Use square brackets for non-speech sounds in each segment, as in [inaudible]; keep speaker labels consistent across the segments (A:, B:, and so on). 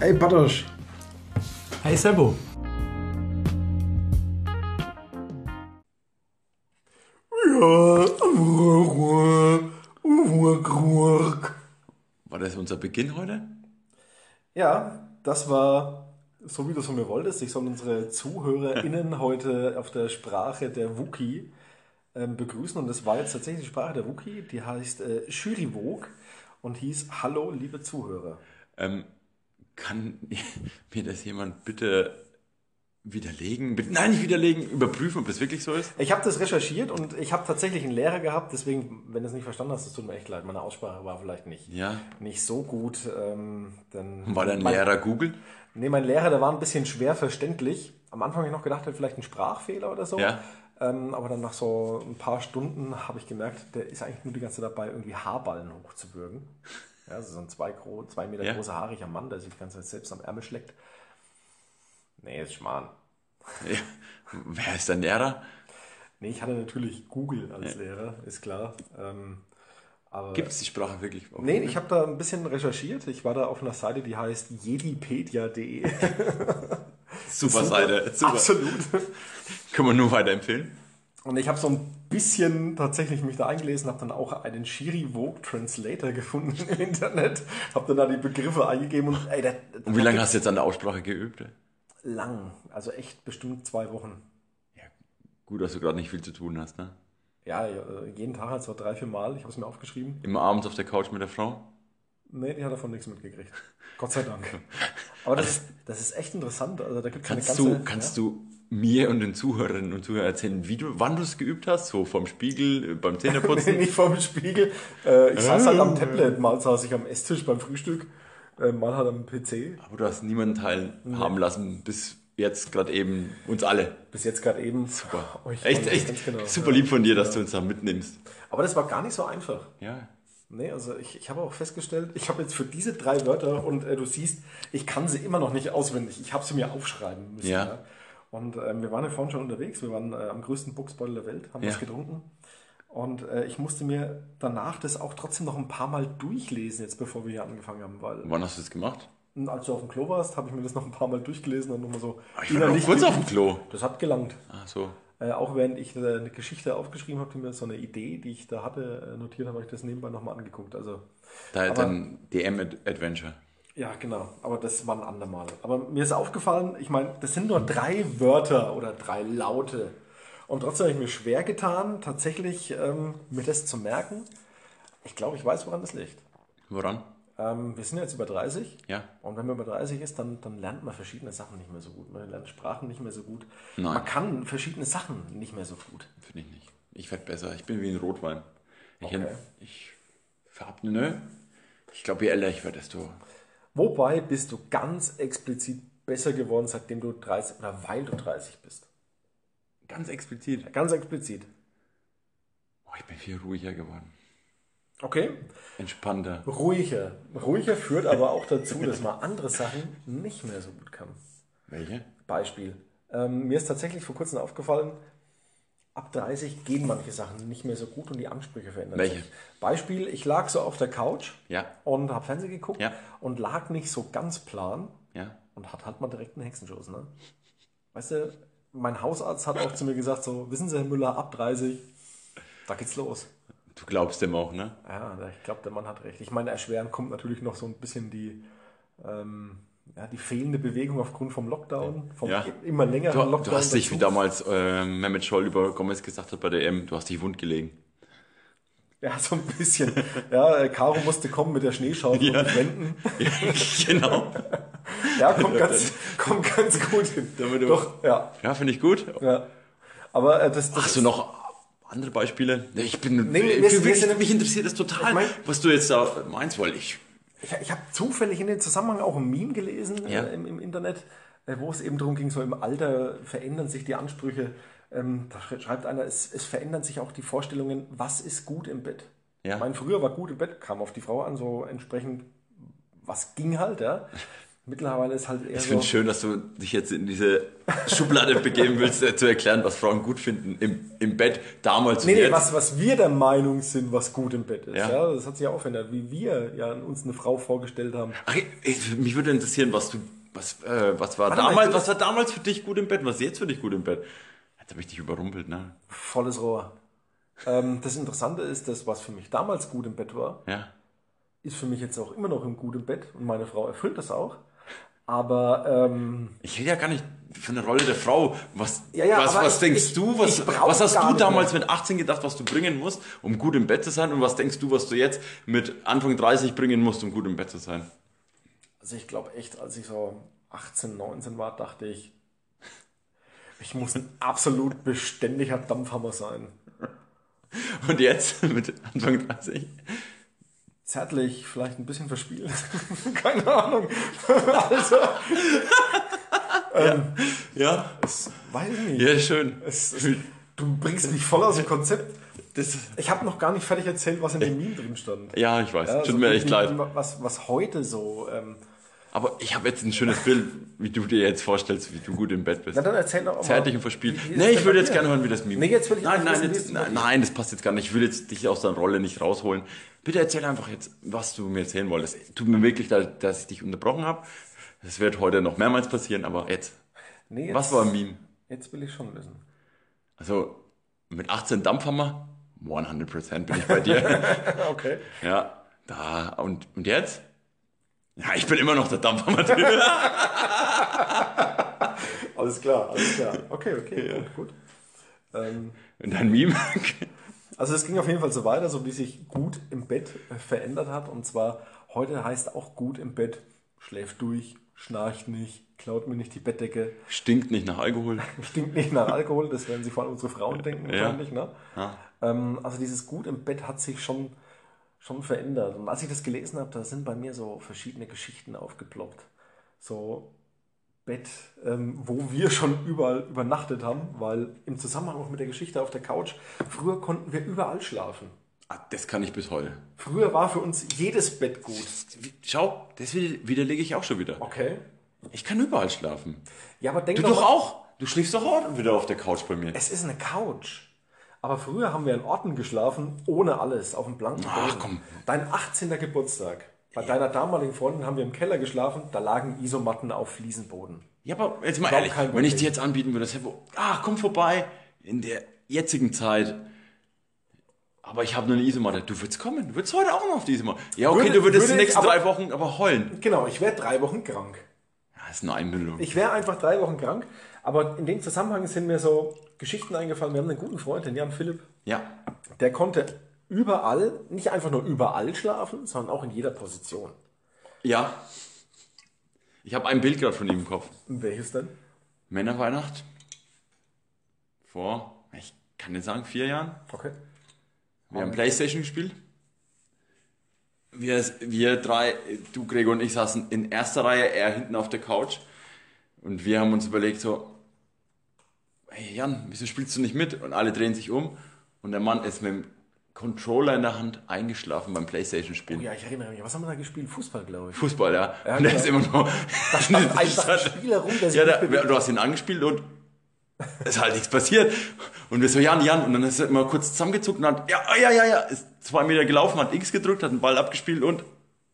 A: Ey, Bartosch.
B: Hey Sebo.
C: War das unser Beginn heute?
D: Ja, das war so, wie du es von mir wolltest. Ich soll unsere ZuhörerInnen heute auf der Sprache der Wookie ähm, begrüßen. Und das war jetzt tatsächlich die Sprache der Wookie. Die heißt äh, Shurivog und hieß Hallo, liebe Zuhörer.
C: Ähm, kann [laughs] mir das jemand bitte widerlegen? Bitte, nein, nicht widerlegen, überprüfen, ob das wirklich so ist.
D: Ich habe das recherchiert und ich habe tatsächlich einen Lehrer gehabt. Deswegen, wenn du es nicht verstanden hast, das tut mir echt leid. Meine Aussprache war vielleicht nicht,
C: Ja.
D: nicht so gut. Ähm, dann
C: War dein
D: mein,
C: Lehrer Google?
D: Nee, mein Lehrer, der war ein bisschen schwer verständlich. Am Anfang habe ich noch gedacht, er hat vielleicht einen Sprachfehler oder so.
C: Ja.
D: Ähm, aber dann nach so ein paar Stunden habe ich gemerkt, der ist eigentlich nur die ganze Zeit dabei, irgendwie Haarballen hochzubürgen. Ja, also so ein zwei, gro- zwei Meter
C: Ja.
D: großer haariger Mann, der sich die ganze Zeit selbst am Ärmel schlägt. Nee, ist Schmarrn.
C: Ja. Wer ist dein Lehrer?
D: Nee, ich hatte natürlich Google als Lehrer, ist klar. Ähm, aber
C: Gibt es die Sprache wirklich? Oh,
D: Nee, ich habe da ein bisschen recherchiert. Ich war da auf einer Seite, die heißt jedipedia.de. [laughs]
C: Super Seite. Super.
D: Absolut.
C: Können wir nur weiterempfehlen?
D: Und ich habe so ein bisschen tatsächlich mich da eingelesen, habe dann auch einen Shirivog Translator gefunden [laughs] im Internet, habe dann da die Begriffe eingegeben und ey, da,
C: Und wie lange hast du jetzt an der Aussprache geübt?
D: lang, also echt bestimmt zwei Wochen.
C: Gut, dass du gerade nicht viel zu tun hast, ne?
D: Ja, äh, jeden Tag halt so drei, vier Mal. Ich habe es mir aufgeschrieben.
C: Immer abends auf der Couch mit der Frau?
D: Nee, die hat davon nichts mitgekriegt. Gott sei Dank. Aber das ist, das ist echt interessant. Also da gibt es eine
C: Also
D: ganze...
C: Kannst, du, kannst du mir und den Zuhörerinnen und Zuhörern erzählen, wie du, wann du es geübt hast? So vom
D: [laughs]
C: Spiegel, beim
D: Nee,
C: Zähneputzen?
D: nicht vor dem Spiegel. Äh, ich saß halt am
C: Ah.
D: Tablet, mal saß ich am Esstisch beim Frühstück, äh, mal halt am PC.
C: Aber du hast niemanden teilhaben lassen, bis jetzt gerade eben uns alle.
D: Bis jetzt gerade eben.
C: Super.
D: Euch
C: echt,
D: ganz-
C: echt.
D: ganz genau.
C: Super lieb von dir, dass du uns da mitnimmst.
D: Aber das war gar nicht so einfach.
C: Ja.
D: Nee, also ich, ich habe auch festgestellt, ich habe jetzt für diese drei Wörter und äh, du siehst, ich kann sie immer noch nicht auswendig. Ich habe sie mir aufschreiben müssen.
C: Ja.
D: Und ähm, wir waren ja vorhin schon unterwegs. Wir waren äh, am größten Buchsbeutel der Welt, haben
C: Ja.
D: was getrunken. Und äh, ich musste mir danach das auch trotzdem noch ein paar Mal durchlesen, jetzt bevor wir hier angefangen haben, weil
C: Wann hast du das gemacht?
D: äh, als du auf dem Klo warst, habe ich mir das noch ein paar Mal durchgelesen und nochmal so
C: Ah, Ich war noch kurz auf dem Klo.
D: Das hat gelangt.
C: Ach so.
D: Äh, auch während ich äh, eine Geschichte aufgeschrieben habe, die mir so eine Idee, die ich da hatte, äh, notiert habe, habe ich das nebenbei nochmal angeguckt. Also
C: Da,
D: Aber-
C: dann DM-Adventure.
D: ja, genau. Aber das waren andermal. Aber mir ist aufgefallen, ich meine, das sind nur drei Wörter oder drei Laute. Und trotzdem habe ich mir schwer getan, tatsächlich ähm, mir das zu merken. Ich glaube, ich weiß, woran das liegt.
C: Woran?
D: Ähm, wir sind jetzt über 30.
C: Ja.
D: Und wenn man über 30 ist, dann, dann lernt man verschiedene Sachen nicht mehr so gut. Man lernt Sprachen nicht mehr so gut.
C: Nein.
D: Man kann verschiedene Sachen nicht mehr so gut.
C: Finde ich nicht. Ich werde besser. Ich bin wie ein Rotwein. Ich,
D: Okay.
C: ich verhab, ne? Ich glaube, je älter ich werde, desto.
D: Wobei bist du ganz explizit besser geworden, seitdem du 30 oder weil du 30 bist.
C: Ganz explizit.
D: Ganz explizit.
C: Oh, ich bin viel ruhiger geworden.
D: Okay.
C: Entspannter.
D: Oh. Ruhiger. Ruhiger führt aber auch dazu, dass man andere Sachen nicht mehr so gut kann.
C: Welche?
D: Beispiel. Ähm, mir ist tatsächlich vor kurzem aufgefallen, ab 30 gehen manche Sachen nicht mehr so gut und die Ansprüche verändern
C: Welche?
D: sich. Beispiel, ich lag so auf der Couch
C: Ja.
D: und habe Fernsehen geguckt
C: Ja.
D: und lag nicht so ganz plan
C: Ja.
D: und hat halt mal direkt einen Hexenschuss, ne? Weißt du, mein Hausarzt hat auch zu mir gesagt, so, wissen Sie, Herr Müller, ab 30, da geht's los.
C: Du glaubst dem auch, ne?
D: Ja, da- ich glaube, der Mann hat recht. Ich meine, erschwerend kommt natürlich noch so ein bisschen die, ähm, ja, die fehlende Bewegung aufgrund vom Lockdown, vom
C: Ja.
D: immer längeren
C: Du,
D: Lockdown.
C: du hast dich,
D: dazu.
C: wie damals äh, Mehmet Scholl über Gomez gesagt hat bei der EM, du hast dich
D: [laughs]
C: wund gelegen. [laughs]
D: Ja, so ein bisschen. Ja, äh, Caro musste kommen mit der Schneeschaufel und mit Wänden.
C: Ja, genau.
D: Ja, kommt ganz, kommt ganz gut hin.
C: Damit du-
D: Doch, ja,
C: Ja, finde ich gut.
D: ja. Aber äh, das, das
C: Hast du noch andere Beispiele? Ja, Ich bin,
D: Nee,
C: ich
D: wir
C: bin
D: sind- wir
C: wirklich,
D: sind-
C: mich interessiert das total,
D: Ich mein-
C: was du jetzt da meinst, weil ich
D: Ich, ich habe zufällig in dem Zusammenhang auch ein Meme gelesen
C: Ja.
D: äh, im, im Internet, äh, wo es eben darum ging, so im Alter verändern sich die Ansprüche. Ähm, da schre- schreibt einer, es, es verändern sich auch die Vorstellungen, was ist gut im Bett.
C: Ja.
D: Ich meine, früher war gut im Bett, kam auf die Frau an, so entsprechend, was ging halt, ja. Mittlerweile ist halt eher
C: Ich
D: so.
C: finde es schön, dass du dich jetzt in diese Schublade
D: [laughs]
C: begeben willst, äh, zu erklären, was Frauen gut finden im, im Bett damals
D: Nee,
C: und
D: nee,
C: jetzt.
D: was, was wir der Meinung sind, was gut im Bett ist. Ja.
C: Ja.
D: das hat sich ja auch verändert, wie wir ja uns eine Frau vorgestellt haben.
C: Ach, ich, mich würde interessieren, was du, was, äh, was war
D: mal,
C: damals,
D: ich-
C: was war damals für dich gut im Bett, was ist jetzt für dich gut im Bett? Jetzt habe ich dich überrumpelt, ne?
D: Volles Rohr. Ähm, das Interessante ist, dass was für mich damals gut im Bett war,
C: Ja.
D: ist für mich jetzt auch immer noch im gut im Bett und meine Frau erfüllt das auch. Aber ähm,
C: Ich rede ja gar nicht von der Rolle der Frau. Was,
D: Ja, ja,
C: was,
D: aber
C: was
D: ich-
C: denkst
D: ich-
C: du, was,
D: ich brauch
C: was hast
D: gar
C: du
D: nicht
C: damals mit 18 gedacht, was du bringen musst, um gut im Bett zu sein? Und was denkst du, was du jetzt mit Anfang 30 bringen musst, um gut im Bett zu sein?
D: also ich glaube echt, als ich so 18, 19 war, dachte ich, ich muss ein absolut beständiger Dampfhammer sein.
C: Und jetzt [laughs] mit Anfang 30?
D: Zärtlich, vielleicht ein bisschen verspielt. [laughs] Keine Ahnung. also,
C: Ja,
D: weiß ich nicht.
C: ja, schön.
D: Es, es, du bringst mich voll aus dem Konzept. ich habe noch gar nicht fertig erzählt, was in dem Meme drin stand.
C: Ja, ich weiß.
D: Ja,
C: Tut
D: also
C: mir
D: wie-
C: echt
D: wie-
C: leid.
D: Was, was heute so. Ähm,
C: Aber ich habe jetzt ein schönes Bild, wie du dir jetzt vorstellst, wie du gut im Bett bist.
D: na dann erzähl doch auch mal.
C: Zärtlich und verspielt.
D: Wie- wie ist
C: Nee,
D: es
C: ich
D: denn
C: würde
D: bei
C: jetzt
D: dir?
C: gerne hören, wie das Meme.
D: Nee, jetzt will ich nicht
C: nein, nein,
D: wissen, wie
C: jetzt,
D: es bei
C: nein,
D: dir
C: nein, das passt jetzt gar nicht. Ich will jetzt dich aus deiner Rolle nicht rausholen. Bitte erzähl einfach jetzt, was du mir erzählen wolltest. Tut mir wirklich leid, dass ich dich unterbrochen habe. Das wird heute noch mehrmals passieren, aber jetzt.
D: Nee, jetzt,
C: Was war ein Meme?
D: Jetzt will ich schon wissen.
C: Also, mit 18 Dampfhammer, 100% bin ich bei [laughs] dir.
D: Ja, [laughs] okay.
C: ja, da. Und, und jetzt? Ja, ich bin immer noch der Dampfhammer. [laughs]
D: Alles klar, alles klar. Okay, okay, gut, gut. Ähm,
C: Und dein Meme? [laughs]
D: also es ging auf jeden Fall so weiter, so wie sich gut im Bett äh, verändert hat. Und zwar, heute heißt auch gut im Bett, schläft durch, schnarcht nicht, klaut mir nicht die Bettdecke.
C: Stinkt nicht nach Alkohol.
D: Stinkt nicht nach Alkohol, das werden sich vor allem unsere Frauen denken
C: Ja.
D: wahrscheinlich. Ne?
C: Ja.
D: Ähm, also dieses Gut im Bett hat sich schon, schon verändert. Und als ich das gelesen habe, da sind bei mir so verschiedene Geschichten aufgeploppt. So Bett, ähm, wo wir schon überall übernachtet haben, weil im Zusammenhang auch mit der Geschichte auf der Couch, früher konnten wir überall schlafen.
C: Ah, das kann ich bis heute.
D: Früher war für uns jedes Bett gut.
C: Schau, das wieder- widerlege ich auch schon wieder.
D: Okay.
C: Ich kann überall schlafen.
D: Ja, aber denk
C: Du
D: doch
C: doch
D: mal-
C: auch. Du schläfst doch auch wieder auf der Couch bei mir.
D: Es ist eine Couch. Aber früher haben wir in Orten geschlafen, ohne alles, auf dem blanken Boden.
C: Ach, komm.
D: Dein 18. Geburtstag. Bei deiner damaligen Freundin haben wir im Keller geschlafen, da lagen Isomatten auf Fliesenboden.
C: Ja, aber jetzt mal
D: Überhaupt
C: ehrlich,
D: kein Problem.
C: wenn ich dir jetzt anbieten würde, Seppo, ah, komm vorbei in der jetzigen Zeit. Aber ich habe nur eine Isomatte. Du würdest kommen. Du würdest heute auch noch auf die Isomatte. Ja, okay,
D: Würde-
C: du würdest
D: würde
C: die
D: ich,
C: nächsten
D: aber-
C: drei Wochen aber heulen.
D: Genau, ich wäre drei Wochen krank.
C: Ja, ist eine Einbildung.
D: Ich wäre einfach drei Wochen krank, aber in dem Zusammenhang sind mir so Geschichten eingefallen. Wir haben einen guten Freund, den Jan Philipp,
C: Ja,
D: der konnte überall, nicht einfach nur überall schlafen, sondern auch in jeder Position.
C: ja. Ich habe ein Bild gerade von ihm im Kopf.
D: Und welches denn?
C: Männerweihnacht vor, ich kann nicht sagen, vier Jahren.
D: Okay.
C: Wir haben Playstation gespielt. Wir, wir drei, du, Gregor und ich saßen in erster Reihe, er hinten auf der Couch. Und wir haben uns überlegt so, hey Jan, wieso spielst du nicht mit? Und alle drehen sich um. Und der Mann ist mit dem Controller in der Hand eingeschlafen beim Playstation spielen.
D: Ja, ich erinnere mich. Was haben wir da gespielt? Fußball, glaube ich.
C: Fußball, ja. und der
D: genau.
C: ist immer noch... [laughs]
D: stand einfach ein Spieler rum, der sich
C: ja,
D: nicht
C: da, du hast ihn angespielt und es ist halt nichts passiert. Und wir so, Jan, Jan. Und dann ist er immer kurz zusammengezuckt und hat, ja, ah, ja, ja, ja, ist zwei Meter gelaufen, hat X gedrückt, hat den Ball abgespielt und,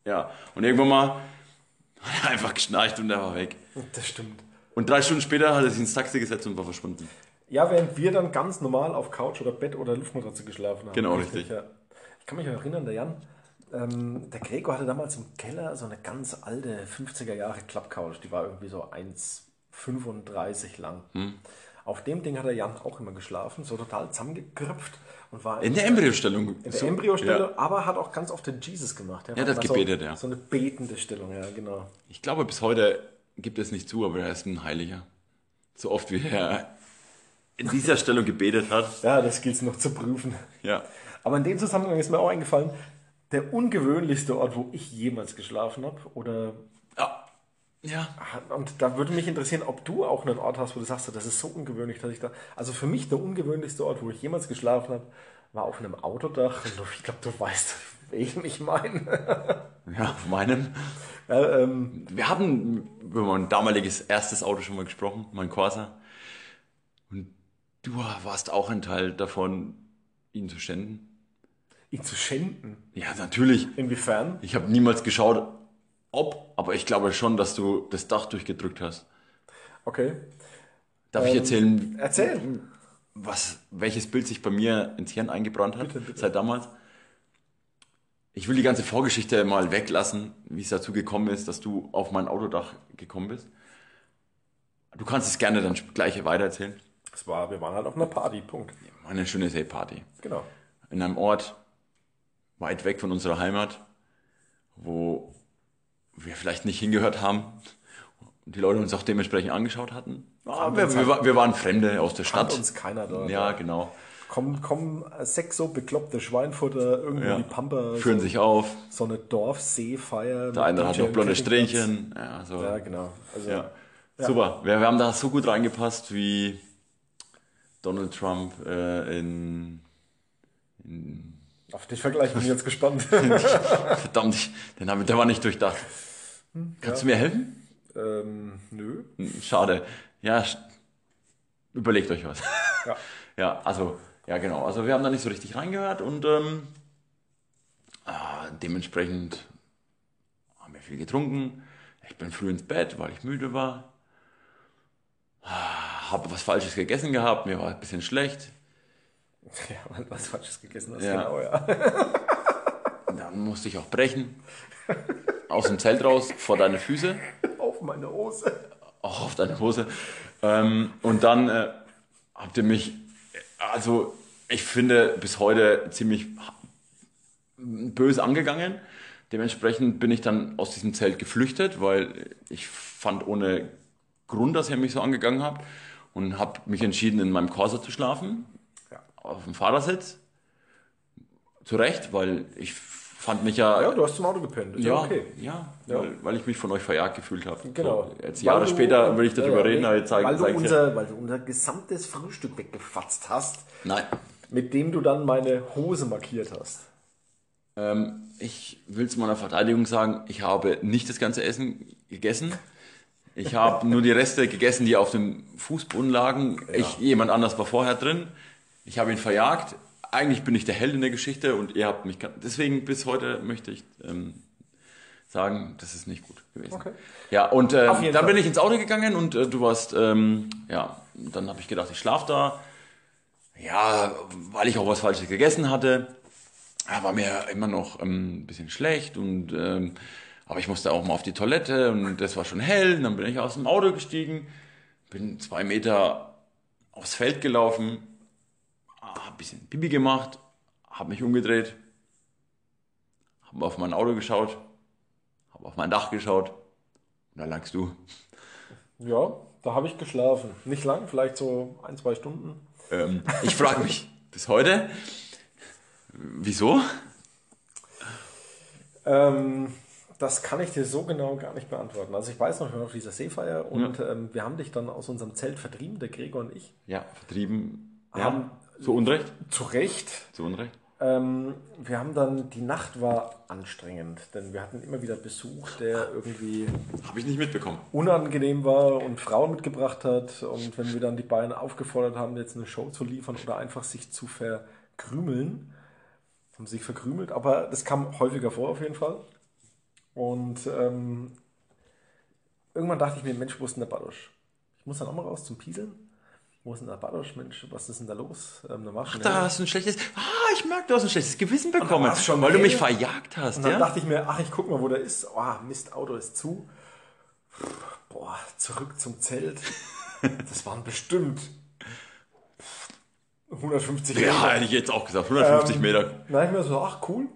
C: ja. Und irgendwann mal [laughs] hat er einfach geschnarcht und er war weg.
D: Das stimmt.
C: Und drei Stunden später hat er sich ins Taxi gesetzt und war verschwunden.
D: Ja, während wir dann ganz normal auf Couch oder Bett oder Luftmatratze geschlafen haben.
C: Genau, richtig.
D: Ja. Ich kann mich erinnern, der Jan, ähm, der Gregor hatte damals im Keller so eine ganz alte 50er Jahre Klappcouch, die war irgendwie so 1,35 lang.
C: Hm.
D: Auf dem Ding hat der Jan auch immer geschlafen, so total zusammengekröpft und war
C: In der Embryostellung.
D: in der Embryostellung, aber hat auch ganz oft den Jesus gemacht. Der
C: Ja,
D: war
C: der hat
D: immer so,
C: gebetet, ja.
D: So eine betende Stellung, ja, genau.
C: Ich glaube, bis heute gibt es nicht zu, aber er ist ein Heiliger. So oft wie er in dieser Stellung gebetet hat.
D: Ja, das gilt es noch zu prüfen.
C: Ja.
D: Aber in dem Zusammenhang ist mir auch eingefallen, der ungewöhnlichste Ort, wo ich jemals geschlafen habe, oder
C: Ja. ja.
D: und da würde mich interessieren, ob du auch einen Ort hast, wo du sagst, das ist so ungewöhnlich, dass ich da. Also für mich der ungewöhnlichste Ort, wo ich jemals geschlafen habe, war auf einem Also Autodach. Und ich glaube, du weißt, wen ich meine. [laughs]
C: Ja, auf meinem.
D: Ja, ähm,
C: Wir hatten über mein damaliges erstes Auto schon mal gesprochen, mein Corsa. Und du warst auch ein Teil davon, ihn zu schänden.
D: ihn zu schänden.
C: Ja, natürlich.
D: Inwiefern?
C: Ich habe niemals geschaut, ob, aber ich glaube schon, dass du das Dach durchgedrückt hast.
D: Okay.
C: Darf ich
D: Ähm,
C: erzählen,
D: Erzähl.
C: was, welches Bild sich bei mir ins Hirn eingebrannt hat
D: Bitte, bitte.
C: seit damals? Ich will die ganze Vorgeschichte mal weglassen, wie es dazu gekommen ist, dass du auf mein Autodach gekommen bist. Du kannst es gerne dann sp- gleich weitererzählen.
D: Es war, wir waren halt auf einer Party, Punkt.
C: Eine schöne Seeparty.
D: Genau.
C: In einem Ort weit weg von unserer Heimat, wo wir vielleicht nicht hingehört haben und die Leute uns auch dementsprechend angeschaut hatten. Ah, wir, wir, wa- wir waren Fremde aus der
D: halt Hat
C: Stadt.
D: uns keiner da.
C: Ja, genau.
D: Kommen, kommen sechs so bekloppte Schweinfurter irgendwo
C: Ja.
D: in die Pampa.
C: Führen
D: so,
C: sich auf.
D: so eine Dorfseefeier.
C: Der eine hat noch blonde Strähnchen. Ja, so.
D: Ja,
C: ja.
D: genau. Also,
C: Super. Wir, wir haben da so gut reingepasst wie Donald Trump äh, in.
D: Auf dich vergleichen bin ich jetzt
C: [laughs]
D: gespannt.
C: Verdammt, ich- den hab, ich- der war nicht durchdacht. Kannst du mir helfen?
D: ähm, nö.
C: Hm. Schade. Ja, sch- überlegt euch was.
D: Ja.
C: [laughs] Ja, also, ja genau. Also wir haben da nicht so richtig reingehört und ähm, ah, dementsprechend haben wir viel getrunken. Ich bin früh ins Bett, weil ich müde war. Ah, Habe was Falsches gegessen gehabt, mir war ein bisschen schlecht.
D: Ja, weil du was Falsches gegessen hast.
C: Ja.
D: Genau, ja. [laughs]
C: Dann musste ich auch brechen. Aus dem Zelt raus, vor deine Füße,
D: Auf meine Hose.
C: auch Oh, auf deine Hose. Ähm, und dann äh, habt ihr mich, also ich finde, bis heute ziemlich böse angegangen. Dementsprechend bin ich dann aus diesem Zelt geflüchtet, weil ich fand ohne Grund, dass ihr mich so angegangen habt und habe mich entschieden, in meinem Corsa zu schlafen,
D: Ja.
C: auf dem Fahrersitz. Zu Recht, weil ich fand mich Ah ja,
D: Ja, du hast zum Auto gepennt. Ist
C: ja,
D: okay.
C: ja,
D: Ja.
C: Weil, weil ich mich von euch verjagt gefühlt habe.
D: Genau.
C: So, jetzt
D: Weil
C: Jahre
D: du-
C: später will ich darüber
D: Ja,
C: reden, aber jetzt zeige
D: weil,
C: ich
D: du
C: es
D: unser, weil du unser gesamtes Frühstück weggefatzt hast,
C: Nein.
D: mit dem du dann meine Hose markiert hast.
C: Ähm, ich will zu meiner Verteidigung sagen, ich habe nicht das ganze Essen gegessen. Ich habe nur die Reste gegessen, die auf dem Fußboden lagen. Ich, jemand anders war vorher drin. Ich habe ihn verjagt. Eigentlich bin ich der Held in der Geschichte und ihr habt mich. ganz- Deswegen bis heute möchte ich ähm, sagen, das ist nicht gut gewesen.
D: Okay.
C: Ja, und äh,
D: Auf jeden
C: dann
D: Fall.
C: bin ich ins Auto gegangen und äh, du warst, ähm, ja, dann habe ich gedacht, ich schlafe da. Ja, weil ich auch was Falsches gegessen hatte. Ja, Ah, war mir immer noch ähm, ein bisschen schlecht und ähm, aber ich musste auch mal auf die Toilette und das war schon hell. Und dann bin ich aus dem Auto gestiegen, bin zwei Meter aufs Feld gelaufen, hab ein bisschen Pipi gemacht, hab mich umgedreht, hab auf mein Auto geschaut, hab auf mein Dach geschaut und da lagst du.
D: Ja, da habe ich geschlafen. Nicht lang, vielleicht so ein, zwei Stunden.
C: Ähm, ich frage mich bis heute, wieso?
D: Ähm, das kann ich dir so genau gar nicht beantworten. Also ich weiß noch, wir waren auf dieser Seefeier und ähm, wir haben dich dann aus unserem Zelt vertrieben, der Gregor und ich.
C: Ja, vertrieben.
D: Haben-
C: Ja, zu Unrecht,
D: Zu Recht,
C: zu Unrecht.
D: Ähm, wir haben dann, die Nacht war anstrengend, denn wir hatten immer wieder Besuch, der irgendwie
C: Habe ich nicht mitbekommen.
D: unangenehm war und Frauen mitgebracht hat. Und wenn wir dann die beiden aufgefordert haben, jetzt eine Show zu liefern oder einfach sich zu verkrümeln, haben sie sich verkrümelt, aber das kam häufiger vor auf jeden Fall. Und ähm, irgendwann dachte ich mir, Mensch, wo ist denn der Badusch? Ich muss dann auch mal raus zum Pieseln. Wo ist denn der Badusch? Mensch, was ist denn da los? Ähm, da war schon
C: Da hast du ein schlechtes. Ah, ich merke, du hast ein schlechtes Gewissen
D: da
C: bekommen,
D: war's schon
C: weil du
D: hell.
C: mich verjagt hast.
D: Und dann
C: Ja?
D: dachte ich mir, ach, ich guck mal, wo der ist. Oh, Mist, Auto ist zu. Boah, zurück zum Zelt. Das waren bestimmt 150
C: ja, hätte ich jetzt auch gesagt. 150 Meter.
D: Dann hab ich mir so, ach cool,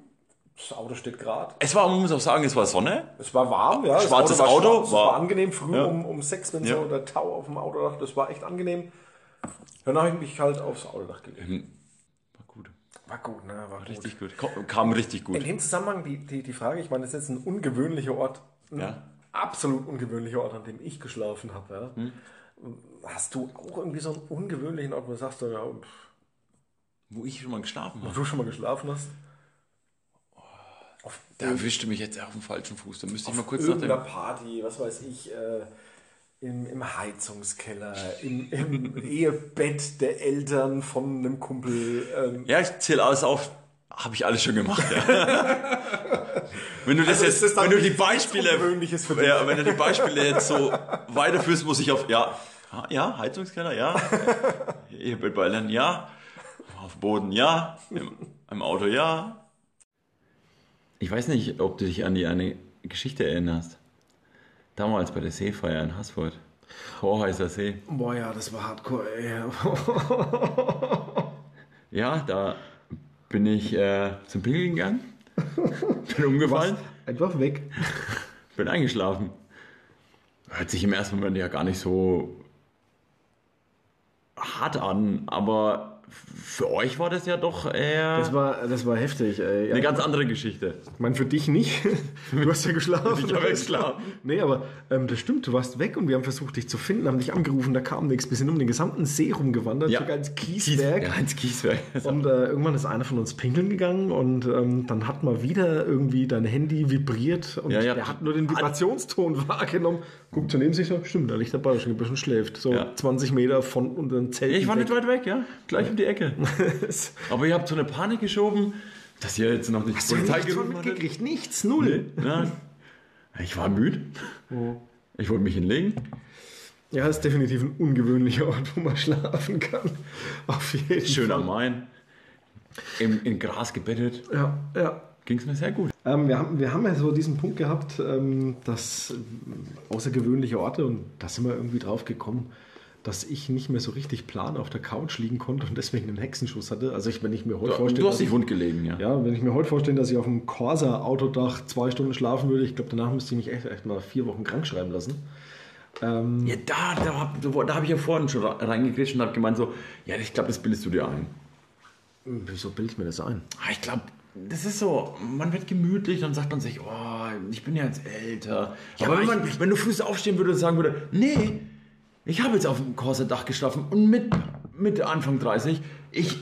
D: das Auto steht gerade.
C: Es war, man muss auch sagen, es war Sonne.
D: Es war warm, ja. das
C: Schwarzes Auto,
D: schwarz, es war,
C: war-
D: angenehm früh
C: Ja.
D: um, um sechs, wenn
C: Ja.
D: so der Tau auf dem Autodach, das war echt angenehm. Dann habe ich mich halt aufs Autodach gelegt.
C: Hm. War gut.
D: War gut, ne? War richtig.
C: Richtig gut. Ko- Kam richtig
D: In
C: gut.
D: dem Zusammenhang die, die, die Frage, ich meine, das ist jetzt ein ungewöhnlicher Ort, ein
C: Ja.
D: absolut ungewöhnlicher Ort, an dem ich geschlafen habe. Ja.
C: Hm.
D: Hast du auch irgendwie so einen ungewöhnlichen Ort, wo du sagst, ja, pff,
C: Wo ich schon mal geschlafen
D: wo
C: habe.
D: du schon mal geschlafen hast?
E: auf
C: Da
D: Äh.
C: erwischte mich jetzt auf dem falschen Fuß. Da müsste ich mal kurz
E: irgendeiner
C: nachdenken.
E: Party, was weiß ich, äh, im, im Heizungskeller, im,
D: [laughs]
E: im Ehebett der Eltern von einem Kumpel. Ähm,
C: Ja, ich zähle alles auf. Habe ich alles schon gemacht. Ja. wenn du das
E: Also
C: jetzt,
E: ist das dann
C: wenn du die
E: nichts
C: Beispiele,
E: Ungewöhnliches für dich?
C: ja, wenn du die Beispiele jetzt so weiterführst, muss ich auf ja, Ah, ja, Heizungskeller, ja, Ehebett bei Eltern, ja, auf dem Boden, ja, im, im Auto, ja. Ich weiß nicht, ob du dich an die eine Geschichte erinnerst. Damals bei der Seefeier in Haßfurt. Horheißer See.
E: Boah, ja, das war hardcore, ey. [laughs]
C: Ja, da bin ich äh, zum Pingeln gegangen, bin umgefallen,
E: Einfach weg.
C: bin eingeschlafen. Hört sich im ersten Moment ja gar nicht so hart an, aber für euch war das ja doch eher
D: Das war, das war heftig, ey.
C: eine ganz andere Geschichte.
D: Ich meine, für dich
C: [laughs]
D: nicht. Du hast ja geschlafen.
C: Ich hab ja geschlafen.
D: Nee, aber ähm, das stimmt, du warst weg und wir haben versucht, dich zu finden, haben dich angerufen, da kam nichts. Wir sind um den gesamten See rumgewandert, sogar ins Kieswerk.
C: Ja, ins Kieswerk.
D: Und äh, irgendwann ist einer von uns pinkeln gegangen und ähm, dann hat mal wieder irgendwie dein Handy vibriert und
C: Ja, ja.
D: der hat nur den Vibrationston [laughs] wahrgenommen. Guckt neben sich, so, stimmt, da liegt der Bayerischen ein bisschen schläft. So
C: Ja.
D: 20 Meter von unserem Zelt.
C: Ich war
D: weg.
C: nicht weit weg, ja, gleich um die Ecke.
D: [laughs] Hast
C: [laughs] Aber ihr habt so eine Panik geschoben, dass ihr jetzt noch nicht
D: du
C: Polizei
D: nichts von
C: gerufen hattet.
D: mitgekriegt? Nichts, null.
C: Ja. Ich war müde. Oh. Ich wollte mich hinlegen.
D: Ja, ist definitiv ein ungewöhnlicher Ort, wo man schlafen kann. [laughs] Auf jeden
C: Schön am
D: Fall.
C: Main. Im, in Gras gebettet.
D: Ja, ja.
C: Ging es mir sehr gut.
D: Ähm, wir, haben, wir haben ja so diesen Punkt gehabt, ähm, dass ähm, außergewöhnliche Orte, und da sind wir irgendwie drauf gekommen, dass ich nicht mehr so richtig plan auf der Couch liegen konnte und deswegen einen Hexenschuss hatte. Also ich, wenn ich mir heute vorstelle,
C: du hast
D: dass ich-
C: dich wund gelegen, ja.
D: ja, wenn ich mir heute vorstelle, dass ich auf dem Corsa-Autodach zwei Stunden schlafen würde, ich glaube, danach müsste ich mich echt, echt mal vier Wochen krank schreiben lassen.
C: Ja, da, da, hab- da, habe ich ja vorhin schon ra- reingekriegt und habe gemeint so, ja, ich glaube, das bildest du dir ein.
D: Wieso bilde ich mir das ein?
C: Ah, Ich glaube, das ist so, man wird gemütlich, dann sagt man sich, oh, ich bin ja jetzt älter. aber wenn, man, wenn du früh aufstehen würdest und sagen würde, nee, ich habe jetzt auf dem Corsa-Dach geschlafen und mit, mit Anfang 30, ich,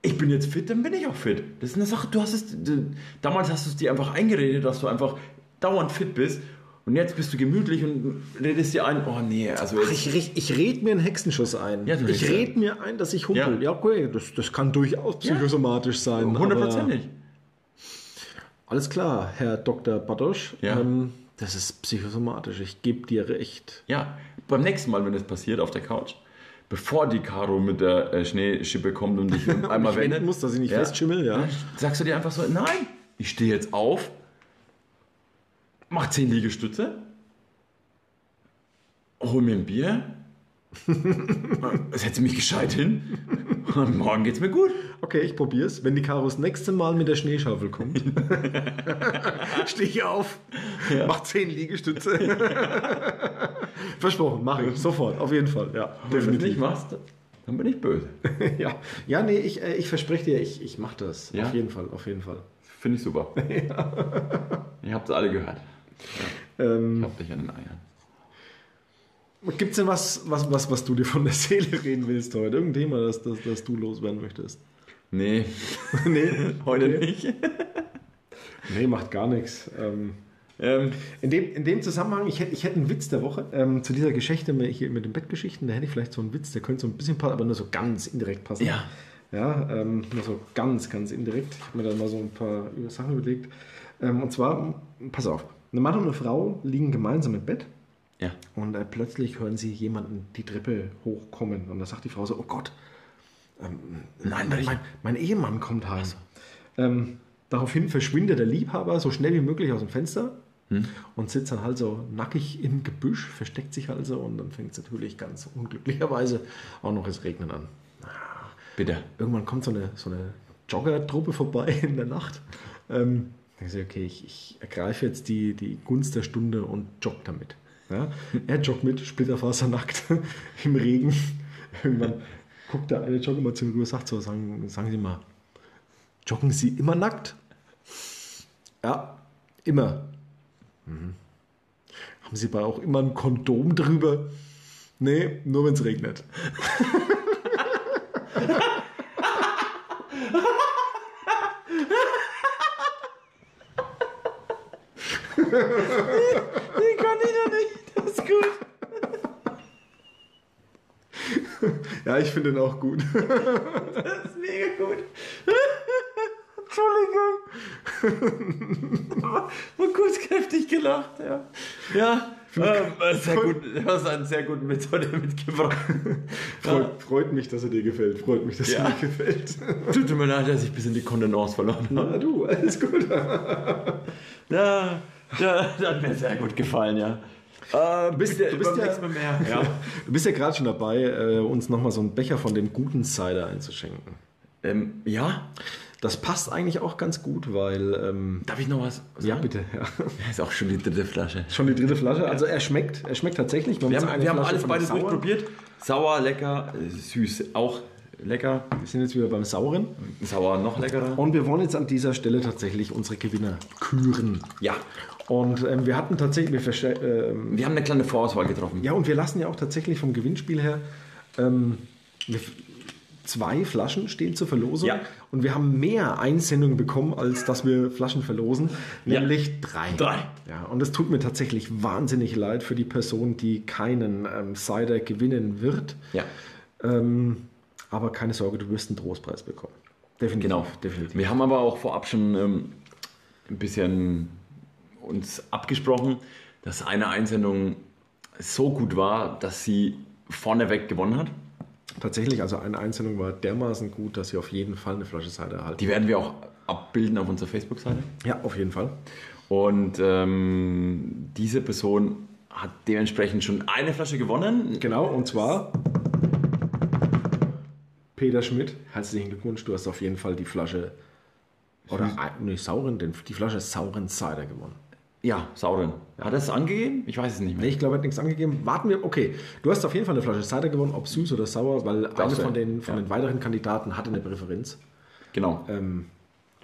C: ich bin jetzt fit, dann bin ich auch fit. Das ist eine Sache, du hast es, du, damals hast du es dir einfach eingeredet, dass du einfach dauernd fit bist und jetzt bist du gemütlich und redest dir ein, oh nee, also
D: Ach,
C: jetzt,
D: ich, red- ich rede mir einen Hexenschuss ein.
C: Ja, du
D: ich
C: redest
D: rede mir ein, dass ich humpel.
C: Ja.
D: Ja, okay, das, das kann durchaus psychosomatisch sein. aber-
C: hundertprozentig.
D: Alles klar, Herr Dr. Badosch.
C: Ja.
D: Ähm, das ist psychosomatisch. Ich gebe dir recht.
C: Ja, beim nächsten Mal, wenn es passiert auf der Couch, bevor die Karo mit der äh, Schneeschippe kommt und
D: [laughs]
C: dich einmal
D: ich wenden
C: wendet,
D: muss, dass ich nicht festschimmel, ja.
C: sagst du dir einfach so, nein, ich stehe jetzt auf, mach 10 Liegestütze, hol mir
D: [laughs]
C: ein Bier, setze mich gescheit hin und morgen geht's mir gut.
D: Okay, ich probier's. Wenn die Karo das nächste Mal mit der Schneeschaufel
C: [laughs]
D: kommt, stehe ich auf, mach zehn Liegestütze. [laughs] Versprochen, mache ich. Sofort, auf jeden Fall. Ja,
C: Wenn du das nicht machst, dann bin ich böse.
D: [laughs] ja. ja, nee, ich, äh, ich verspreche dir, ich, ich mache das.
C: Ja?
D: Auf jeden Fall, auf jeden Fall.
C: Finde
D: [laughs]
C: ich super. Ihr habt es alle gehört. Ich
D: Ähm,
C: hab dich an den Eiern.
D: Gibt es denn was, was, was, was du dir von der [laughs] Seele reden willst heute? Irgendein Thema, das, das, das du loswerden möchtest?
C: Nee, [laughs]
D: nee,
C: heute nicht.
D: nee, macht gar nichts. Ähm,
C: Ähm,
D: in, dem, in dem Zusammenhang, ich hätte ich hätt einen Witz der Woche ähm, zu dieser Geschichte mit, hier mit den Bettgeschichten. Da hätte ich vielleicht so einen Witz, der könnte so ein bisschen passen, aber nur so ganz indirekt passen.
C: Ja.
D: Ja, ähm, nur so ganz, ganz indirekt. Ich habe mir da mal so ein paar Sachen überlegt. Ähm, und zwar, pass auf, ein Mann und eine Frau liegen gemeinsam im Bett.
C: ja.
D: Und äh, plötzlich hören sie jemanden die Treppe hochkommen. Und da sagt die Frau so, oh Gott, ähm, nein, mein, mein, mein Ehemann kommt heim. Ähm, daraufhin verschwindet der Liebhaber so schnell wie möglich aus dem Fenster und sitzt dann halt so nackig im Gebüsch, versteckt sich also und dann fängt es natürlich ganz unglücklicherweise auch noch das Regnen an.
C: Bitte.
D: Irgendwann kommt so eine, so eine Jogger-Truppe vorbei [laughs] in der Nacht. Ähm, dann sag ich, okay, ich, ich ergreife jetzt die, die Gunst der Stunde und jogge damit. Ja? Er joggt mit, splitterfasernackt [laughs] im Regen. Irgendwann guckt der eine Jogger mal zu mir rüber, sagt so, sagen, sagen Sie mal, joggen Sie immer nackt? Ja, immer. Mhm. Haben Sie bei auch immer ein Kondom drüber? Nee, nur wenn es regnet. Den kann ich noch nicht. Das ist gut. Ja, ich finde den auch gut.
C: Das ist mega gut. Entschuldigung. War kurz kräftig gelacht, ja. Ja, ähm, sehr gut, du hast einen sehr guten Methode [laughs] mitgebracht.
D: Freut, freut mich, dass er dir gefällt. Freut mich, dass
C: Ja.
D: er dir gefällt.
C: Tut mir leid, dass ich ein bisschen die Kontenance verloren habe.
D: Na du, alles gut.
C: Ja, ja, [laughs] das hat mir sehr gut gefallen, ja. Äh, du
D: bist- du bist ja-
C: nichts mehr mehr. [laughs] Ja.
D: Du bist ja gerade schon dabei, äh, uns nochmal so einen Becher von dem guten Cider einzuschenken.
C: ähm, ja,
D: Das passt eigentlich auch ganz gut, weil. Ähm,
C: darf ich noch was? Sagen?
D: ja, bitte. Ja.
C: Ist auch schon die dritte Flasche.
D: Schon die dritte Flasche. Also er schmeckt, er schmeckt tatsächlich.
C: Wir haben, wir haben alles
D: beide
C: beides durchprobiert. Sauer, lecker, äh, süß, auch lecker.
D: Wir sind jetzt wieder beim Sauren.
C: Sauer, noch leckerer.
D: Und wir wollen jetzt an dieser Stelle tatsächlich unsere Gewinner küren.
C: Ja,
D: Und ähm, wir hatten tatsächlich, wir verste- ähm,
C: wir haben eine kleine Vorauswahl getroffen.
D: ja und wir lassen ja auch tatsächlich vom Gewinnspiel her ähm, wir, f- zwei Flaschen stehen zur Verlosung.
C: Ja.
D: Und wir haben mehr Einsendungen bekommen, als dass wir Flaschen verlosen,
C: Ja.
D: nämlich drei.
C: Drei.
D: Ja, und es tut mir tatsächlich wahnsinnig leid für die Person, die keinen ähm, Cider gewinnen wird.
C: Ja,
D: Ähm, aber keine Sorge, du wirst einen Trostpreis bekommen. Definitiv.
C: genau.
D: definitiv.
C: Wir haben aber auch vorab schon ähm, ein bisschen uns abgesprochen, dass eine Einsendung so gut war, dass sie vorneweg gewonnen hat.
D: Tatsächlich, also eine Einsendung war dermaßen gut, dass sie auf jeden Fall eine Flasche Cider erhalten.
C: Die werden wir auch abbilden auf unserer Facebook-Seite.
D: Ja, auf jeden Fall.
C: Und ähm, diese Person hat dementsprechend schon eine Flasche gewonnen.
D: Genau, und zwar Peter Schmidt, herzlichen Glückwunsch, du hast auf jeden Fall die Flasche oder ein- nee, sauren, den- die Flasche sauren Cider gewonnen.
C: Ja, Sauren. Hat er es angegeben? Ich weiß es nicht
D: Nee,
C: mehr.
D: ich glaube, er hat nichts angegeben. Warten wir, okay, du hast auf jeden Fall eine Flasche Cider gewonnen, ob süß oder sauer, weil eine
C: du,
D: von, den, von
C: ja.
D: den weiteren Kandidaten hatte eine Präferenz.
C: Genau.
D: Ähm,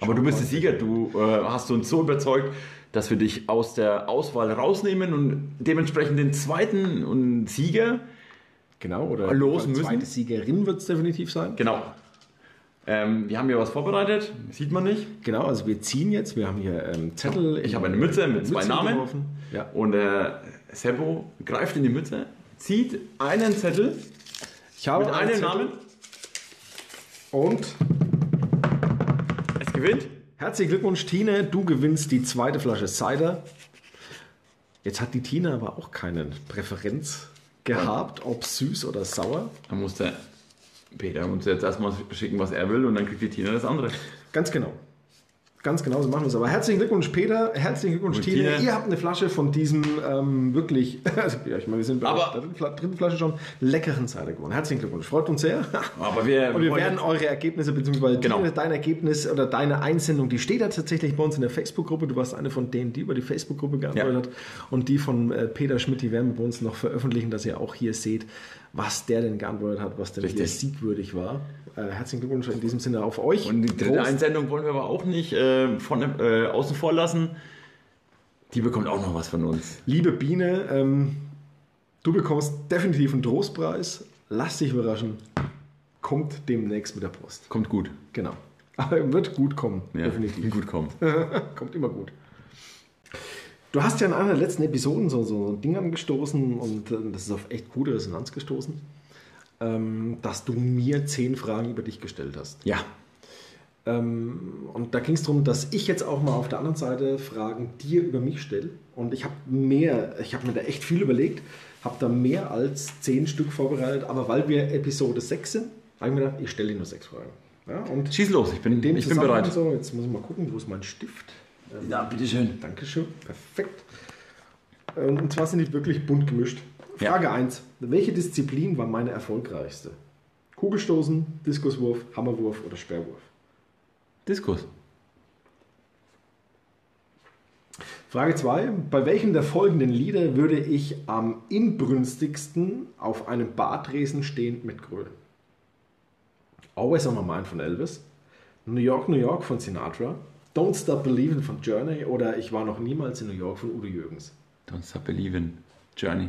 C: Aber du bist der Sieger. Du äh, hast uns so überzeugt, dass wir dich aus der Auswahl rausnehmen und dementsprechend den zweiten und Sieger.
D: genau, oder
C: Losen müssen.
D: zweite Siegerin wird es definitiv sein.
C: Genau. Ähm, wir haben hier was vorbereitet. Sieht man nicht.
D: Genau, also wir ziehen jetzt, wir haben hier ähm, Zettel.
C: Ich habe eine Mütze mit zwei Namen.
D: geworfen. Ja.
C: Und äh, Sebo greift in die Mütze, zieht einen Zettel
D: Ich habe
C: mit einem
D: Zettel
C: Namen.
D: Und
C: Es gewinnt.
D: herzlichen Glückwunsch, Tine, du gewinnst die zweite Flasche Cider. Jetzt hat die Tine aber auch keine Präferenz gehabt, ob süß oder sauer.
C: Dann muss der Peter uns jetzt erstmal schicken, was er will, und dann kriegt die Tina das andere.
D: Ganz genau. Ganz genau so machen wir es. Aber herzlichen Glückwunsch, Peter. Herzlichen Glückwunsch,
C: Und
D: Tine.
C: Tine.
D: Ihr habt eine Flasche von diesem ähm, wirklich, [laughs] also, ja, ich meine, wir sind bei
C: Aber-
D: der dritten Fla- dritten Flasche schon, leckeren Cider gewonnen. Herzlichen Glückwunsch. Freut uns sehr. [laughs]
C: Aber wir,
D: Und wir
C: wollen-
D: werden eure Ergebnisse, beziehungsweise
C: Genau.
D: Dine, dein Ergebnis oder deine Einsendung, die steht ja tatsächlich bei uns in der Facebook-Gruppe. Du warst eine von denen, die über die Facebook-Gruppe geantwortet
C: Ja.
D: hat. Und die von äh, Peter Schmidt, die werden wir bei uns noch veröffentlichen, dass ihr auch hier seht, was der denn geantwortet hat, was denn hier
C: Richtig.
D: siegwürdig war. Äh, herzlichen Glückwunsch in diesem Sinne auf euch.
C: Und die dritte
D: Prost.
C: Einsendung wollen wir aber auch nicht äh, von, äh, außen vor lassen. Die bekommt auch noch was von uns.
D: Liebe Biene, ähm, du bekommst definitiv einen Trostpreis. Lass dich überraschen. Kommt demnächst mit der Post.
C: Kommt gut.
D: Genau. [laughs] Aber wird gut kommen.
C: Ja,
D: Definitiv. Äh,
C: Gut kommt.
D: Kommt immer gut. Du hast ja in einer der letzten Episoden so, so ein Ding angestoßen und äh, das ist auf echt gute Resonanz gestoßen, ähm, dass du mir zehn Fragen über dich gestellt hast.
C: Ja.
D: Ähm, und da ging es darum, dass ich jetzt auch mal auf der anderen Seite Fragen dir über mich stelle. Und ich habe mehr, ich habe mir da echt viel überlegt, habe da mehr als zehn Stück vorbereitet, aber weil wir Episode 6 sind, habe ich mir gedacht, ich stelle dir nur sechs Fragen. Ja, und
C: Schieß los, ich bin,
D: in dem
C: ich bin
D: Zusammenhang
C: bereit.
D: So, jetzt muss ich mal gucken, wo ist mein Stift?
C: Ja, bitteschön.
D: Dankeschön, perfekt. Ähm, Und zwar sind die wirklich bunt gemischt.
C: Ja.
D: Frage 1. Welche Disziplin war meine erfolgreichste? Kugelstoßen, Diskuswurf, Hammerwurf oder Sperrwurf?
C: Diskus.
D: Frage 2. Bei welchem der folgenden Lieder würde ich am inbrünstigsten auf einem Bartresen stehend mitgrölen? Always on my mind von Elvis. New York, New York von Sinatra. Don't Stop Believin' von Journey oder Ich war noch niemals in New York von Udo Jürgens.
C: Don't stop believing. Journey.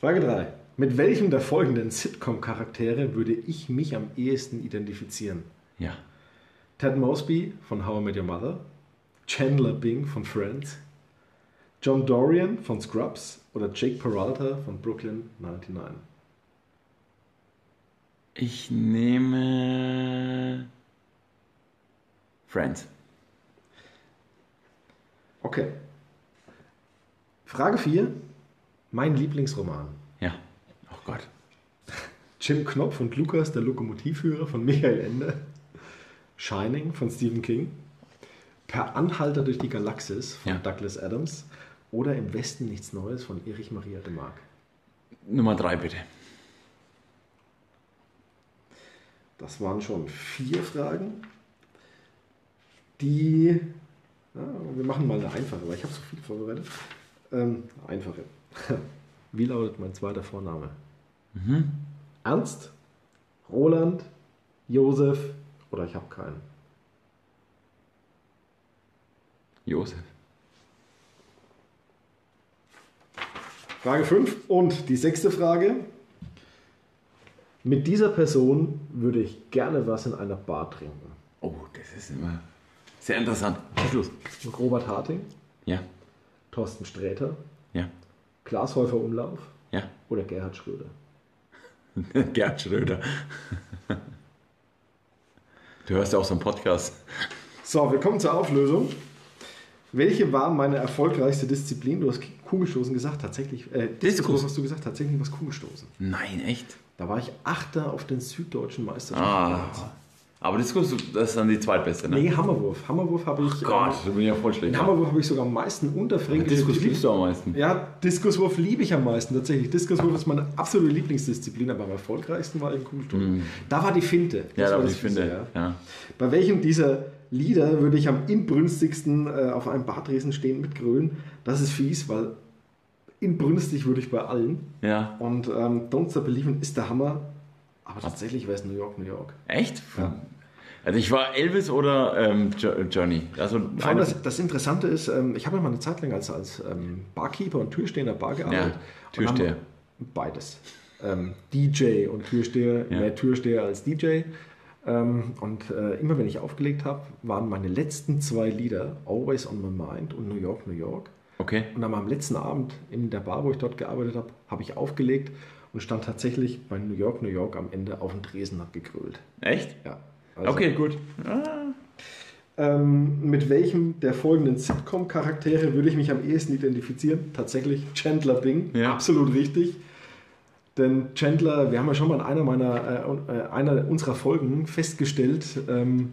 D: Frage 3. Mit welchem der folgenden Sitcom-Charaktere würde ich mich am ehesten identifizieren?
C: Ja.
D: Ted Mosby von How I Met Your Mother, Chandler Bing von Friends, John Dorian von Scrubs oder Jake Peralta von Brooklyn 99.
C: Ich nehme Friends.
D: Okay. Frage 4. Mein Lieblingsroman.
C: Ja. Oh Gott.
D: Jim Knopf und Lukas, der Lokomotivführer von Michael Ende. Shining von Stephen King. Per Anhalter durch die Galaxis von
C: Ja.
D: Douglas Adams. Oder Im Westen nichts Neues von Erich Maria Remarque.
C: Nummer drei bitte.
D: Das waren schon vier Fragen. Die. Ja, wir machen mal eine einfache, weil ich habe so viel vorbereitet. Ähm, einfache. [laughs] Wie lautet mein zweiter Vorname? Ernst, Roland, Josef oder ich habe keinen.
C: Josef.
D: Frage 5 und die sechste Frage. Mit dieser Person würde ich gerne was in einer Bar trinken.
C: Oh, das ist immer sehr interessant. Schieß los.
D: Robert Harting,
C: Ja,
D: Thorsten Sträter,
C: ja,
D: Klaas Häufer Umlauf
C: ja.
D: oder Gerhard Schröder.
C: Gerd Schröder. Du hörst ja auch so einen Podcast.
D: So, wir kommen zur Auflösung. Welche war meine erfolgreichste Disziplin? Du hast Kugelstoßen gesagt, tatsächlich. Äh, Diskus hast du gesagt, tatsächlich was Kugelstoßen.
C: Nein, echt?
D: Da war ich Achter auf den süddeutschen Meisterschaften.
C: Ah. Aber das ist das ist dann die zweitbeste, ne?
D: Nee, Hammerwurf. Hammerwurf habe ich.
C: Gott,
D: äh,
C: da bin ich ja voll schlecht.
D: Den Hammerwurf habe ich sogar am meisten unterfränkische
C: Diskus
D: Disziplin.
C: liebst du am meisten.
D: Ja, Diskuswurf liebe ich am meisten tatsächlich. Diskuswurf ist meine absolute Lieblingsdisziplin, aber am erfolgreichsten war ich im Kugelstoßen. Mhm. Da war die Finte.
C: Ja,
D: Das war
C: aber
D: das
C: ich finde,
D: Fiese, ja.
C: ja. ja.
D: Bei welchem dieser Lieder würde ich am inbrünstigsten äh, auf einem Badresen stehen mit Grün? Das ist fies, weil inbrünstig würde ich bei allen. Und ähm, Don't Stop Believin' ist der Hammer. Aber tatsächlich wäre es New York, New York.
C: Echt? Also ich war Elvis oder ähm, jo Johnny. Also
D: Vor allem
C: eine,
D: das, das Interessante ist, ähm, ich habe ja mal eine Zeit lang als, als ähm, Barkeeper und Türsteher in der Bar gearbeitet.
C: Ja,
D: Und
C: Türsteher.
D: haben Beides. Ähm, DJ und Türsteher,
C: Ja.
D: mehr Türsteher als DJ. Ähm, und äh, immer wenn ich aufgelegt habe, waren meine letzten zwei Lieder Always on My Mind und New York, New York.
C: okay.
D: Und am am letzten Abend in der Bar, wo ich dort gearbeitet habe, habe ich aufgelegt und stand tatsächlich bei New York, New York am Ende auf dem Tresen und hab gegrölt.
C: Echt?
D: Ja. Also-
C: Okay, gut.
D: ähm, mit welchem der folgenden Sitcom-Charaktere würde ich mich am ehesten identifizieren? Tatsächlich Chandler Bing.
C: Ja.
D: Absolut richtig. Denn Chandler, wir haben ja schon mal in einer meiner, äh, un- äh, einer unserer Folgen festgestellt, ähm,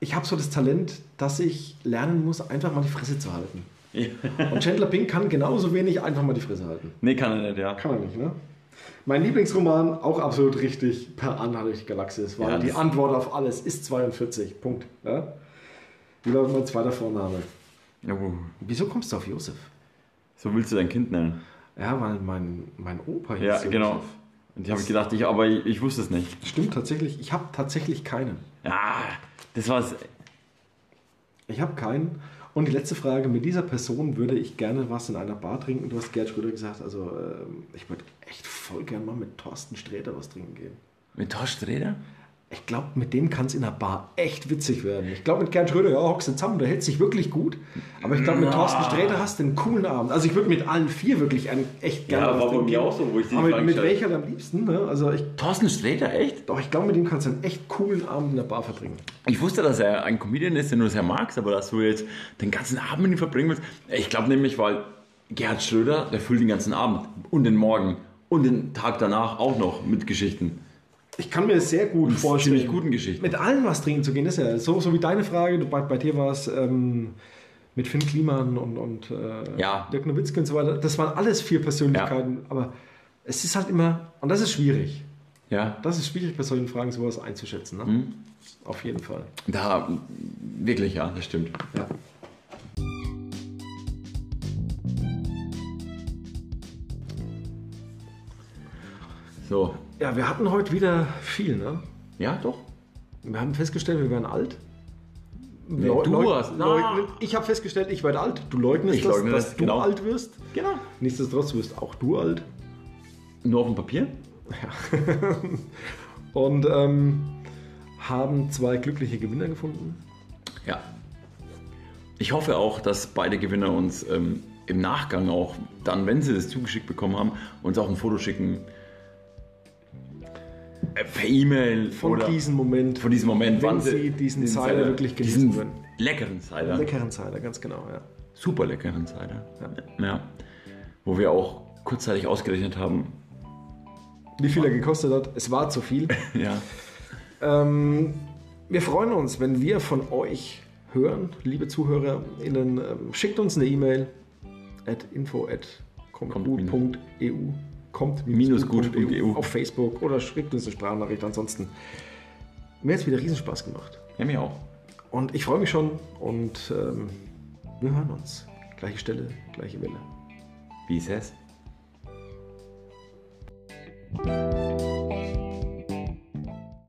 D: ich habe so das Talent, dass ich lernen muss, einfach mal die Fresse zu halten. Und Chandler Bing kann genauso wenig einfach mal die Fresse halten.
C: [laughs] Nee, kann er nicht, ja.
D: Kann man nicht, ne? Mein Lieblingsroman, auch absolut richtig, Per Anna durch die Galaxis, weil
C: Ja,
D: die
C: das-
D: Antwort auf alles ist 42. Punkt. Ja? Wie lautet mein zweiter Vorname?
C: Oh.
D: Wieso kommst du auf Josef?
C: So willst du dein Kind nennen?
D: Ja, weil mein, mein Opa hieß
C: Ja,
D: Josef.
C: genau. Und ich habe gedacht, ich, aber ich, ich wusste es nicht.
D: Stimmt tatsächlich, ich habe tatsächlich keinen.
C: Ah, das war's.
D: Ich habe keinen. Und die letzte Frage, mit dieser Person würde ich gerne was in einer Bar trinken. Du hast Gerd Schröder gesagt, also ähm, ich würde echt voll gerne mal mit Thorsten Sträter was trinken gehen.
C: Mit Torsten Räder?
D: Ich glaube, mit dem kann es in der Bar echt witzig werden. Ich glaube, mit Gerd Schröder, ja, hockst du zusammen, der hält sich wirklich gut. Aber ich glaube, mit Thorsten Sträter hast du einen coolen Abend. Also ich würde mit allen vier wirklich einen echt gerne
C: Ja,
D: was
C: war bei
D: trinken.
C: mir auch so, wo ich die
D: Aber mit,
C: Fragen
D: mit
C: stelle.
D: welcher am liebsten? Ne? Also ich,
C: Torsten Sträter, echt?
D: doch, ich glaube, mit dem kannst du einen echt coolen Abend in der Bar verbringen.
C: Ich wusste, dass er ein Comedian ist, den du sehr magst, aber dass du jetzt den ganzen Abend mit ihm verbringen willst. Ich glaube nämlich, weil Gerhard Schröder, der füllt den ganzen Abend und den Morgen und den Tag danach auch noch mit Geschichten.
D: Ich kann mir sehr gut vorstellen,
C: ziemlich guten Geschichten.
D: mit allen was trinken zu gehen. Das ist ja so, so wie deine Frage, du, bei, bei dir war es ähm, mit Finn Kliman und, und äh,
C: Ja.
D: Dirk Nowitzki und so weiter. Das waren alles vier Persönlichkeiten. Aber es ist halt immer, und das ist schwierig.
C: Ja,
D: Das ist schwierig bei solchen Fragen sowas einzuschätzen. Ne?
C: Mhm.
D: Auf jeden Fall.
C: da wirklich, ja, das stimmt.
D: Ja.
C: So,
D: ja, wir hatten heute wieder viel. Ne?
C: ja, doch.
D: Wir haben festgestellt, wir werden alt.
C: Nee, du hast- Ah.
D: leugnen, ich habe festgestellt, ich werde alt. Du leugnest
C: Ich
D: das,
C: leugne
D: dass
C: das,
D: du
C: genau.
D: alt wirst.
C: Genau.
D: Nichtsdestotrotz wirst auch du alt.
C: Nur auf dem Papier?
D: Und ähm, haben zwei glückliche Gewinner gefunden.
C: Ja. Ich hoffe auch, dass beide Gewinner uns ähm, im Nachgang auch dann, wenn sie das zugeschickt bekommen haben, uns auch ein Foto schicken. Äh, per E-Mail
D: Von
C: oder
D: diesem Moment,
C: von diesem Moment,
D: wenn Sie diesen Cider wirklich genießen
C: diesen
D: würden.
C: leckeren Cider,
D: Leckeren Cider, ganz genau, ja.
C: super leckeren Cider, ja. wo wir auch kurzzeitig ausgerechnet haben, [laughs]
D: Wie viel er gekostet hat, es war zu viel.
C: ja,
D: Ähm, wir freuen uns, wenn wir von euch hören, liebe ZuhörerInnen. Ähm, schickt uns eine E-Mail at info at kommt.eu E kommt E
C: Minus gut.eu.
D: auf Facebook oder schickt uns eine Sprachnachricht. Ansonsten mir hat es wieder Riesenspaß gemacht.
C: ja mir auch.
D: Und ich freue mich schon und ähm, wir hören uns. Gleiche Stelle, gleiche Welle.
C: Wie ist es?